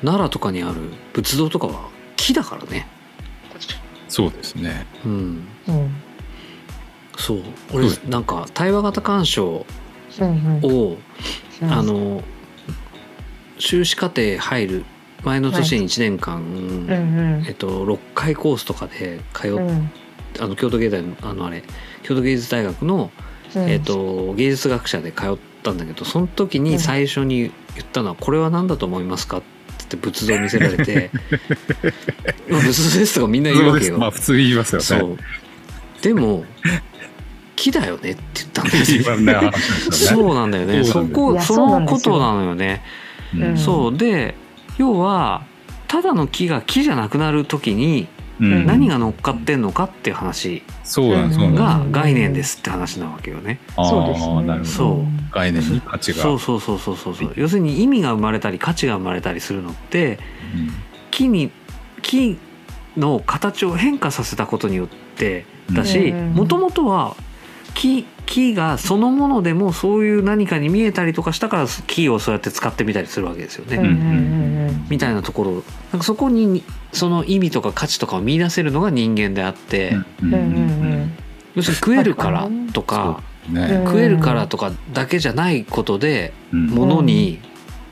Speaker 1: 奈良とかにある仏像とかは木だからね。
Speaker 3: そうですね
Speaker 1: うん、
Speaker 2: うん
Speaker 1: そう俺
Speaker 3: そうです
Speaker 1: なんか対話型鑑賞
Speaker 2: うんうん
Speaker 1: を
Speaker 2: うん
Speaker 1: あの修士課程入る前の年に1年間、
Speaker 2: うんうん
Speaker 1: えっと、6回コースとかで通っ
Speaker 2: うんうん
Speaker 1: あの京都芸大のあのあれ京都芸術大学の、えっと、芸術学者で通ったんだけどその時に最初に言ったのは「これは何だと思いますか?」って言って仏像を見せられ て「まあ仏像です」とかみんな言う
Speaker 3: そう
Speaker 1: わ
Speaker 3: で
Speaker 1: け
Speaker 3: すまあ
Speaker 1: よ。
Speaker 3: 普通言いますよね
Speaker 1: そうでも木だよねって言ったんだ
Speaker 3: 一
Speaker 1: よね。
Speaker 3: 番ね話ですよね
Speaker 1: そうなんだよね。
Speaker 3: そう
Speaker 1: そ
Speaker 3: なんだよ
Speaker 1: こ
Speaker 2: いや
Speaker 1: そ
Speaker 2: そうな
Speaker 1: の
Speaker 2: んです
Speaker 1: こ
Speaker 2: よ
Speaker 1: となのよね。
Speaker 3: うん
Speaker 2: うん
Speaker 1: そうで要はただの木が木じゃなくなる時に
Speaker 3: うん
Speaker 1: 何が乗っかってんのかっていう話
Speaker 3: そうなんですそうなんです
Speaker 1: が概念ですって話なわけよね。
Speaker 2: そうです
Speaker 3: あーなる
Speaker 2: ね
Speaker 3: ほど
Speaker 1: そう
Speaker 3: 概念に価値が
Speaker 1: そうそうそうそうそうそう要するに意味が生まれたり価値が生まれたりするのって
Speaker 3: うん
Speaker 1: 木に木の形を変化させたことによってだし
Speaker 2: うん
Speaker 1: もともとは木木がそのものでもそういう何かに見えたりとかしたから木をそうやって使ってみたりするわけですよね。
Speaker 2: うんうん
Speaker 1: みたいなところなんかそこににその意味とか価値とかを見出せるのが人間であって、
Speaker 2: うんうんうんうん
Speaker 1: 要するに食えるからとか
Speaker 3: うんね
Speaker 1: 食えるからとかだけじゃないことで
Speaker 3: うん
Speaker 1: ものに、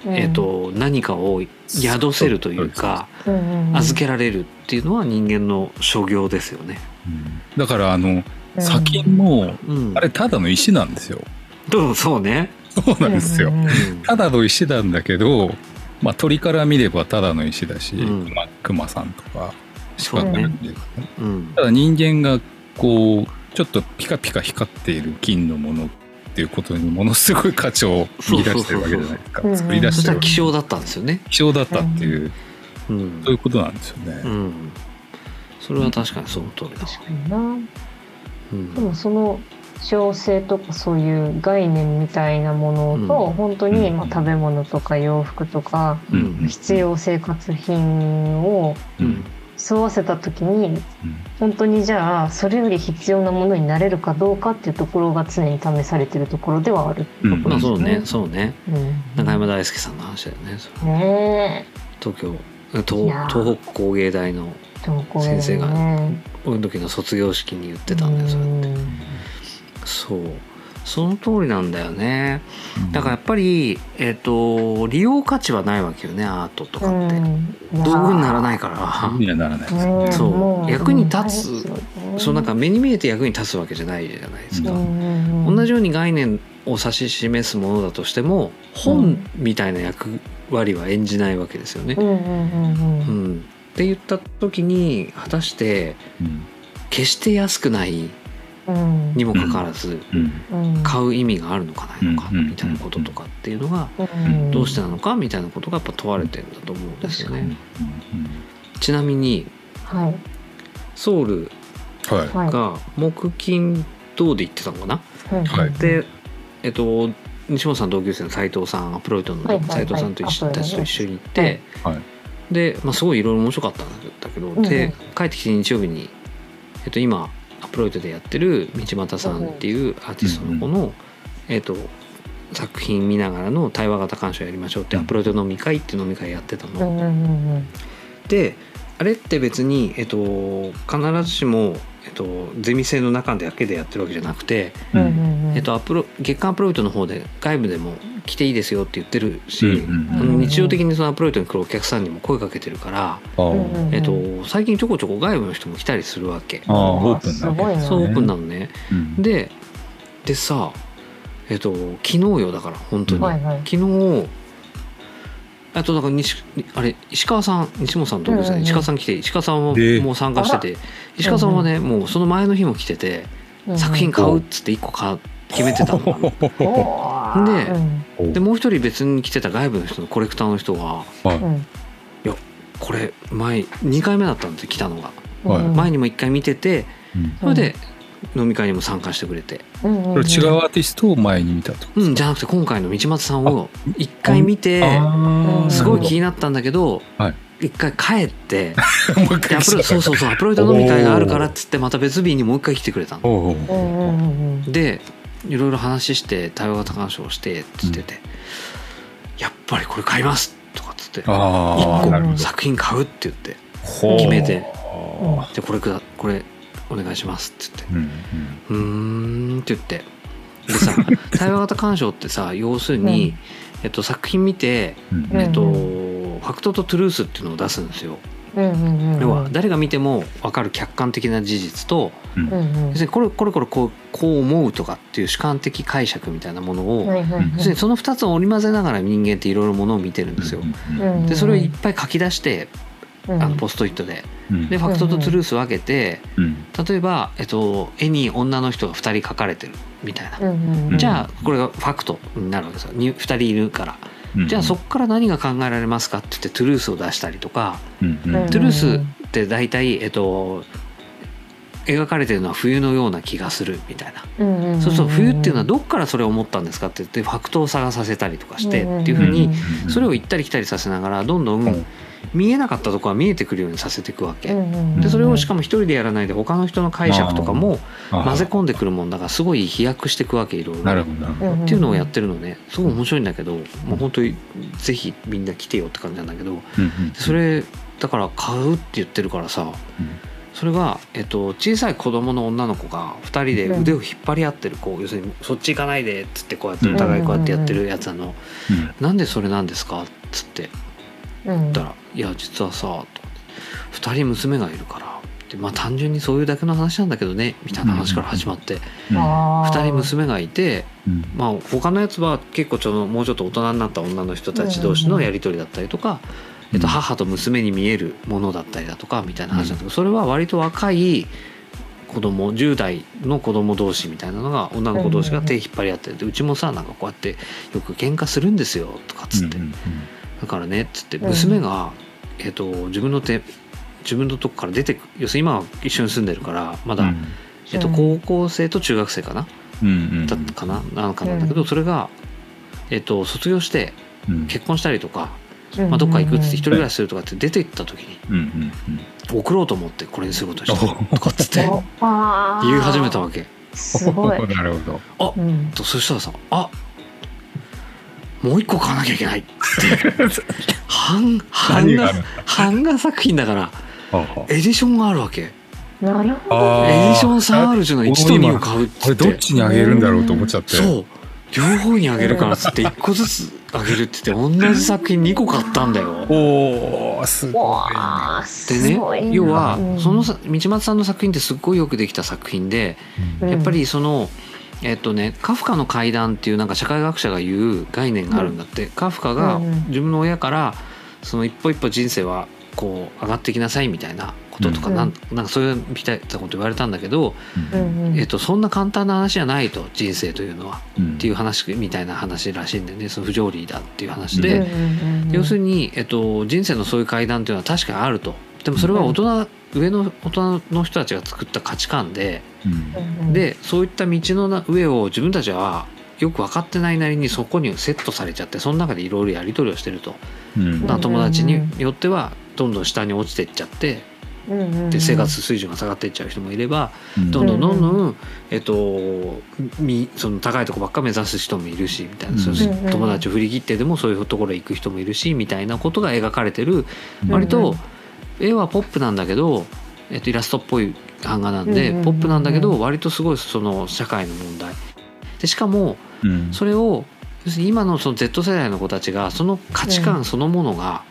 Speaker 2: うん
Speaker 1: えー、と何かを宿せるというか
Speaker 2: うんうんうん
Speaker 1: 預けられるっていうのは人間の所業ですよね。
Speaker 3: うんだからあの砂金も
Speaker 1: うん、
Speaker 3: あれただの石なんですよ
Speaker 1: どうそうね、
Speaker 3: そうなんですよ
Speaker 2: うんうんうん
Speaker 1: う
Speaker 3: ただの石なんだけど、まあ、鳥から見ればただの石だし、
Speaker 1: うん
Speaker 3: まあ、クマさんとか
Speaker 1: そう
Speaker 3: 鹿
Speaker 1: ね
Speaker 3: から見ればね
Speaker 1: んうん
Speaker 3: ただ人間がこうちょっとピカピカ光っている金のものっていうことにものすごい価値を見出してるわけじゃ
Speaker 2: そうそう
Speaker 3: ないです
Speaker 2: そうそう
Speaker 3: か作り出
Speaker 1: そ
Speaker 3: し
Speaker 1: してた
Speaker 3: る
Speaker 1: ら
Speaker 3: わけ
Speaker 1: 希少だったんですよね。
Speaker 3: 希少だったっていう
Speaker 1: うん
Speaker 3: そういうことなんですよ
Speaker 1: う
Speaker 3: ね。
Speaker 1: ん、それは確かにその通りだわ。
Speaker 2: 確かにな
Speaker 1: うん
Speaker 2: でもその希少性とかそういう概念みたいなもの
Speaker 1: う
Speaker 2: と本当に
Speaker 3: うん
Speaker 2: まあ食べ物とか洋服とか
Speaker 1: うん
Speaker 2: 必要生活品を
Speaker 1: うん
Speaker 2: 沿わせた時に
Speaker 3: うん
Speaker 2: 本当にじゃあそれより必要なものになれるかどうかっていうところが常に試されてるところではある。
Speaker 3: うん
Speaker 1: まあそうね
Speaker 2: う、ん
Speaker 1: そうね。
Speaker 2: うん、
Speaker 1: 中山大輔さんの話だよね。それ
Speaker 2: ね
Speaker 1: 東京、
Speaker 2: いや
Speaker 1: 東
Speaker 2: ー
Speaker 1: 東北工芸大の
Speaker 2: えどこ
Speaker 1: 先生が
Speaker 2: ね
Speaker 1: 運時の卒業式に言ってたんだよ、それ
Speaker 2: う
Speaker 1: って。
Speaker 2: ん
Speaker 1: そう。その通りなんだよね。
Speaker 3: うん
Speaker 1: だからやっぱり、えっ、と、利用価値はないわけよね、アートとかって。
Speaker 2: うん
Speaker 1: 道具にならないか
Speaker 3: 気に
Speaker 1: ら。
Speaker 3: はならないですね
Speaker 2: うん
Speaker 1: そう
Speaker 2: も
Speaker 1: 役に立つ
Speaker 2: うん
Speaker 1: そうなんか目に見えて役に立つわけじゃないじゃないです
Speaker 2: う
Speaker 1: か。
Speaker 2: んうん
Speaker 1: 同じように概念を指し示すものだとしても本みたいな役割は演じないわけですよね。
Speaker 2: うんうんうんうん
Speaker 1: うん、って言った時に果たして
Speaker 3: うん
Speaker 1: 決して安くない
Speaker 2: うん
Speaker 1: にもかかわらず
Speaker 3: うん
Speaker 2: うん
Speaker 1: 買う意味があるのかないのか
Speaker 3: うんうん
Speaker 1: みたいなこととかっていうのが
Speaker 2: うん
Speaker 1: どうしてなのかみたいなことがやっぱ問われてるんだと思うんですよ
Speaker 2: 確
Speaker 1: ね。
Speaker 3: うん
Speaker 1: ちなみに
Speaker 2: はい
Speaker 1: ソウル
Speaker 3: はい
Speaker 2: はい
Speaker 1: が木金銅で行ってたのかな、
Speaker 3: はい
Speaker 1: で、えっと、西本さん同級生の斉藤さんアプロイトの
Speaker 2: はいはいは
Speaker 1: 斉
Speaker 2: い
Speaker 1: 藤さんと一緒
Speaker 2: アプロイト
Speaker 1: た
Speaker 2: ね
Speaker 1: ちと一緒に行って、
Speaker 3: はい
Speaker 1: で、まあ、すごいいろいろ面白かったんだけど、
Speaker 2: んうん
Speaker 1: で帰ってきて日曜日に、えっと、今アプロイトでやってる道端さんっていうアーティストの子の、えっと、作品見ながらの対話型鑑賞やりましょうって
Speaker 3: うん
Speaker 1: アプロイト飲み会っていう飲み会やってたの。
Speaker 2: うんうんうんうん
Speaker 1: であれって別に、えっと、必ずしも、えっと、ゼミ生の中だけでやってるわけじゃなくて。
Speaker 2: う
Speaker 3: うんん
Speaker 2: うんうん
Speaker 1: えっと、アプロ月間アプロイトの方で外部でも来ていいですよって言ってるし、
Speaker 3: うん
Speaker 1: あ
Speaker 3: うん
Speaker 2: うん
Speaker 1: の日常的にそのアプロイトに来るお客さんにも声かけてるから、
Speaker 3: あ
Speaker 2: うん
Speaker 3: ー
Speaker 2: うんうん
Speaker 1: えっと、最近ちょこちょこ外部の人も来たりするわけ、
Speaker 3: あーオープンなわけですね
Speaker 1: そうオープンなのね
Speaker 3: うん
Speaker 1: ででさえっと昨日よだから本当に、
Speaker 2: はいはい
Speaker 1: 昨日あとだから西あれ石川さん西本さんと同級生
Speaker 2: うんうんうん
Speaker 1: 石川さん来て石川さんは
Speaker 3: で
Speaker 1: もう参加してて石川さんはねもうその前の日も来てて作品買うっつって1個買う決めてたの。
Speaker 2: うんうん
Speaker 1: で
Speaker 2: うん
Speaker 1: でもう一人別に来てた外部の人のコレクターの人が
Speaker 2: うん
Speaker 1: これ前2回目だったんですよ来たのが、
Speaker 3: はい
Speaker 2: うん
Speaker 1: 前にも1回見てて
Speaker 3: うん
Speaker 1: それで飲み会にも参加してくれて、
Speaker 2: うんうん
Speaker 3: これ違うアーティストを前に見たと。
Speaker 1: うん、じゃなくて今回の道松さんを1回見て
Speaker 2: ー
Speaker 1: すごい気
Speaker 3: き
Speaker 1: になったんだけど
Speaker 3: はい
Speaker 1: 1回帰って
Speaker 3: もう一
Speaker 1: でア
Speaker 3: 回
Speaker 1: プロそうそうそうアプロイド飲み会があるからっつってまた別日にもう1回来てくれたの。
Speaker 3: おう
Speaker 2: う
Speaker 3: お
Speaker 2: んうんうん
Speaker 1: でいろいろ話して対話型鑑賞してっつってて、やっぱりこれ買いますとかっつって
Speaker 3: あ
Speaker 2: 一
Speaker 3: あ、
Speaker 2: 個
Speaker 3: なるほ
Speaker 1: 作品買うって言って
Speaker 3: ど。
Speaker 1: 決めて
Speaker 3: ほ
Speaker 1: でこれくだこれお願いしますって言って
Speaker 3: ううん
Speaker 1: 「うーん」って言ってでさ対話型鑑賞ってさ要するに、えっと、作品見て、
Speaker 3: うん
Speaker 2: うん
Speaker 1: えっと、ファクトとトゥルースっていうのを出すんですよ。
Speaker 2: うんうんうん
Speaker 1: 要は誰が見ても分かる客観的な事実と
Speaker 3: う
Speaker 2: う
Speaker 3: ん
Speaker 2: んうん
Speaker 1: 要するにこれこれこれこうこう思うとかっていう主観的解釈みたいなものを、
Speaker 2: はいはい
Speaker 1: 要するにその2つを織り交ぜながら人間っていろいろものを見てるんですよ。
Speaker 2: うんうん
Speaker 1: でそれをいっぱい書き出して
Speaker 2: うん
Speaker 1: あのポストイットで
Speaker 3: うん
Speaker 1: でファクトとトゥルース分けて
Speaker 3: うん
Speaker 1: 例えば、えっと、絵に女の人が2人描かれてるみたいな、
Speaker 2: うんうん
Speaker 1: じゃあこれがファクトになるわけですよに2人いるから、
Speaker 3: うん
Speaker 1: じゃあそこから何が考えられますかって言ってトゥルースを出したりとか、
Speaker 3: うんうん
Speaker 2: うん
Speaker 1: トゥルースって大体、えっと、描かれてるのは冬のような気がするみたいな、
Speaker 2: うんうんん
Speaker 1: そうすると冬っていうのはどっからそれを思ったんですかって言ってファクトを探させたりとかしてっていうふうに、
Speaker 2: んん
Speaker 1: それを行ったり来たりさせながらどんどん、
Speaker 3: うん
Speaker 1: 見えなかったとこは見えてくるようにさせていくわけ、
Speaker 2: うんうん
Speaker 1: でそれをしか
Speaker 2: も
Speaker 1: も一人でやらないで他の人の解釈とかも
Speaker 3: あ
Speaker 1: 混ぜ込んでくるもんだからすごい飛躍していくわけいろいろ
Speaker 3: なるほどなるほど
Speaker 1: っていうのをやってるのねすごい面白いんだけどもう本当にぜひみんな来てよって感じなんだけど
Speaker 3: うんうん
Speaker 1: それだから買うって言ってるからさ
Speaker 3: うん
Speaker 1: それが、えっと、小さい子供の女の子が2人で腕を引っ張り合ってるこう要するにそっち行かないでっつってこうやってお互いこうやってやってるやつなの
Speaker 3: うん
Speaker 1: 「なんでそれなんですか?」っつって
Speaker 2: うん
Speaker 1: 言ったら「いや実はさ」と思って「2人娘がいるから」でまあ単純にそういうだけの話なんだけどねみたいな話から始まって
Speaker 2: あー
Speaker 1: 2人娘がいて
Speaker 3: うん
Speaker 1: まあ他のやつは結構ちょっともうちょっと大人になった女の人たち同士のやり取りだったりとか、えっと、母と娘に見えるものだったりだとかみたいな話なんだけどそれは割と若い子供10代の子供同士みたいなのが女の子同士が手引っ張り合っててうちもさなんかこうやってよく喧嘩するんですよとかっつって
Speaker 3: うん
Speaker 1: だからねっつって
Speaker 2: うん
Speaker 1: 娘が、えっと、自分の手自分のとこから出てく要するに今は一緒に住んでるからまだ、えっと、高校生と中学生かな
Speaker 3: うんうんうん
Speaker 1: だったかななんかなんだけど、それが、えっと、卒業して
Speaker 3: うん
Speaker 1: 結婚したりとか、まあ、どっか行くっつって一人暮らしするとかって出て行った時に
Speaker 3: うんうんうん
Speaker 1: 送ろうと思ってこれにすることにしたとかっつって
Speaker 2: おあー
Speaker 1: 言い始めたわけ。
Speaker 2: すごい
Speaker 3: なるほど
Speaker 2: うん
Speaker 1: とそしたらさ「あもう一個買わなきゃいけない」って版版
Speaker 3: 何があ
Speaker 1: 画
Speaker 3: る
Speaker 1: 版画作品だから
Speaker 3: はあは
Speaker 1: エディションがあるわけ。
Speaker 2: なるほど
Speaker 1: エ
Speaker 3: あー
Speaker 1: ディション3あるうちの1と2を買うっ
Speaker 3: こ
Speaker 1: つ
Speaker 3: れ
Speaker 1: って。
Speaker 3: どっちにあげるんだろうと思っちゃって
Speaker 1: そう両方にあげるからっつって1個ずつあげるって言って同じ作品2個買ったんだよ。
Speaker 3: おおすごいな
Speaker 2: わあ
Speaker 1: ですね
Speaker 2: ごいな
Speaker 1: 要は
Speaker 2: うん
Speaker 1: そのさ道松さんの作品ってすっごいよくできた作品で
Speaker 2: うん
Speaker 1: やっぱりその。えっとね、カフカの階段っていうなんか社会学者が言う概念があるんだって、カフカが
Speaker 2: うんうん
Speaker 1: 自分の親からその一歩一歩人生はこう上がってきなさいみたいなこととか、
Speaker 2: うん
Speaker 1: なんなんかそういうみたいなこと言われたんだけど、
Speaker 2: う
Speaker 3: うん
Speaker 2: んうん
Speaker 1: えっと、そんな簡単な話じゃないと人生というのは
Speaker 3: うん
Speaker 1: っていう話みたいな話らしいんだよねその不条理だっていう話
Speaker 2: うん
Speaker 1: で、
Speaker 2: うんうん
Speaker 1: 要するに、えっと、人生のそういう階段っていうのは確かにあるとでもそれは大人、上の大人の人たちが作った価値観で、
Speaker 3: うん
Speaker 2: うんうん
Speaker 1: でそういった道のな上を自分たちはよく分かってないなりにそこにセットされちゃってその中でいろいろやり取りをしてると、
Speaker 3: うん
Speaker 1: だから友達
Speaker 2: う
Speaker 1: に
Speaker 2: ん
Speaker 1: よってはどんどん下に落ちてっちゃって
Speaker 2: うんうんうん
Speaker 1: で生活水準が下がっていっちゃう人もいれば
Speaker 3: うん
Speaker 1: どんどんどんどん、えっと、みその高いとこばっか目指す人もいるしみたいな、
Speaker 3: うん
Speaker 1: そういう友達を振り切ってでもそういうところへ行く人もいるしみたいなことが描かれてる、
Speaker 3: うん
Speaker 1: 割と絵はポップなんだけど、えっと、イラストっぽい版画なんで、
Speaker 2: うんうんうんうん
Speaker 1: ポップなんだけど割とすごいその社会の問題。でしかも
Speaker 3: うん
Speaker 1: それを要するに今のその Z 世代の子たちがその価値観そのものが、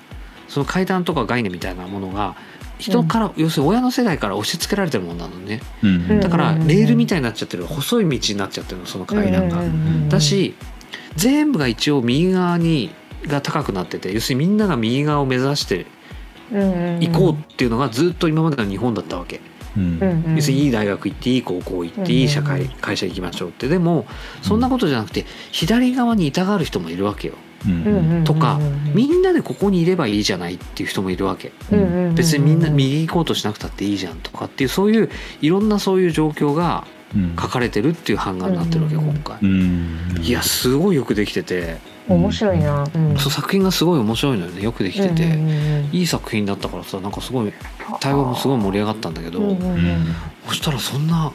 Speaker 1: その階段とか概念みたいなものが人から、要するに親の世代から押し付けられてるもんなのね。
Speaker 3: うん
Speaker 2: うん
Speaker 1: だからレールみたいになっちゃってる細い道になっちゃってるのその階段が。
Speaker 2: うんうんうん
Speaker 1: だし全部が一応右側にが高くなってて要するにみんなが右側を目指していこうっていうのがずっと今までの日本だったわけ。
Speaker 3: うん
Speaker 2: うんうん
Speaker 1: 要するにいい大学行っていい高校行って
Speaker 2: う
Speaker 1: い
Speaker 2: ん
Speaker 1: うい
Speaker 2: ん
Speaker 1: 社会会社行きましょうってでもそんなことじゃなくて左側に痛がる人もいるわけよ。
Speaker 3: う
Speaker 2: う
Speaker 3: ん
Speaker 2: んうんうん
Speaker 1: とかみんなでここにいればいいじゃないっていう人もいるわけ。
Speaker 2: うんうんうんうん
Speaker 1: 別にみんな右行こうとしなくたっていいじゃんとかっていうそういういろんなそういう状況が
Speaker 3: うん
Speaker 1: 書かれてるっていう版画になってるわけ
Speaker 2: うんうんう
Speaker 1: 今
Speaker 2: ん
Speaker 1: 回
Speaker 3: う。ん
Speaker 1: いやすごいよくできてて、
Speaker 2: 面白いなうん
Speaker 1: そう作品がすごい面白いのよねよくできてて、
Speaker 2: うんうんうん
Speaker 1: いい作品だったからさなんかすごい対話もすごい盛り上がったんだけど、
Speaker 2: うんうん
Speaker 3: う
Speaker 2: うんん
Speaker 1: そしたらそんな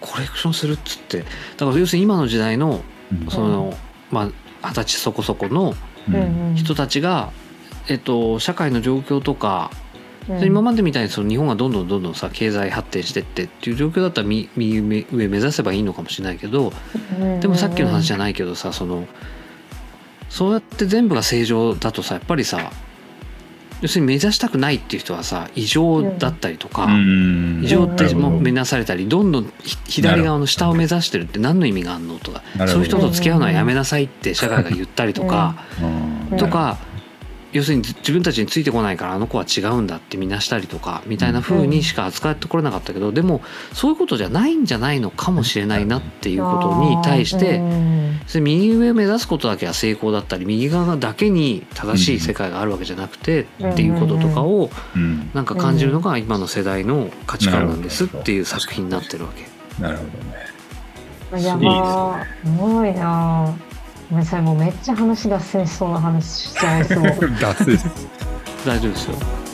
Speaker 1: コレクションするっつってだから要するに今の時代の
Speaker 3: うん
Speaker 1: その、まあ二十歳そこそこの
Speaker 3: うん
Speaker 1: 人たちが、えっと、社会の状況とか、
Speaker 2: うん
Speaker 1: 今までみたいにその日本がどんどんどんどんさ経済発展してってっていう状況だったらみ右上目指せばいいのかもしれないけど、でもさっきの話じゃないけどさそのそうやって全部が正常だとさやっぱりさ要するに目指したくないっていう人はさ異常だったりとか、
Speaker 3: うん
Speaker 1: 異常ってもう
Speaker 3: な
Speaker 1: 目
Speaker 3: る
Speaker 1: なされたりどんどんひ左側の下を目指してるって何の意味があんのとか
Speaker 3: なる
Speaker 1: そう
Speaker 3: ほ
Speaker 1: い
Speaker 3: ど
Speaker 1: う人と付き合うのはやめなさいって社会が言ったりとか、
Speaker 3: ほどうん
Speaker 2: うん
Speaker 1: とか要するにず自分たちについてこないからあの子は違うんだってみなしたりとかみたいな風にしか扱ってこれなかったけどでもそういうことじゃないんじゃないのかもしれないなっていうことに対して。それ右上を目指すことだけは成功だったり右側だけに正しい世界があるわけじゃなくてっていうこととかを
Speaker 3: うん
Speaker 1: なんか感じるのが今の世代の価値観なんですっていう作品になってるわけ。
Speaker 3: なるほどね
Speaker 2: いやばーすごいなーごめんなさいもうめっちゃ話脱線しそうな話しちゃいそう
Speaker 3: 脱線
Speaker 1: 大丈夫ですよ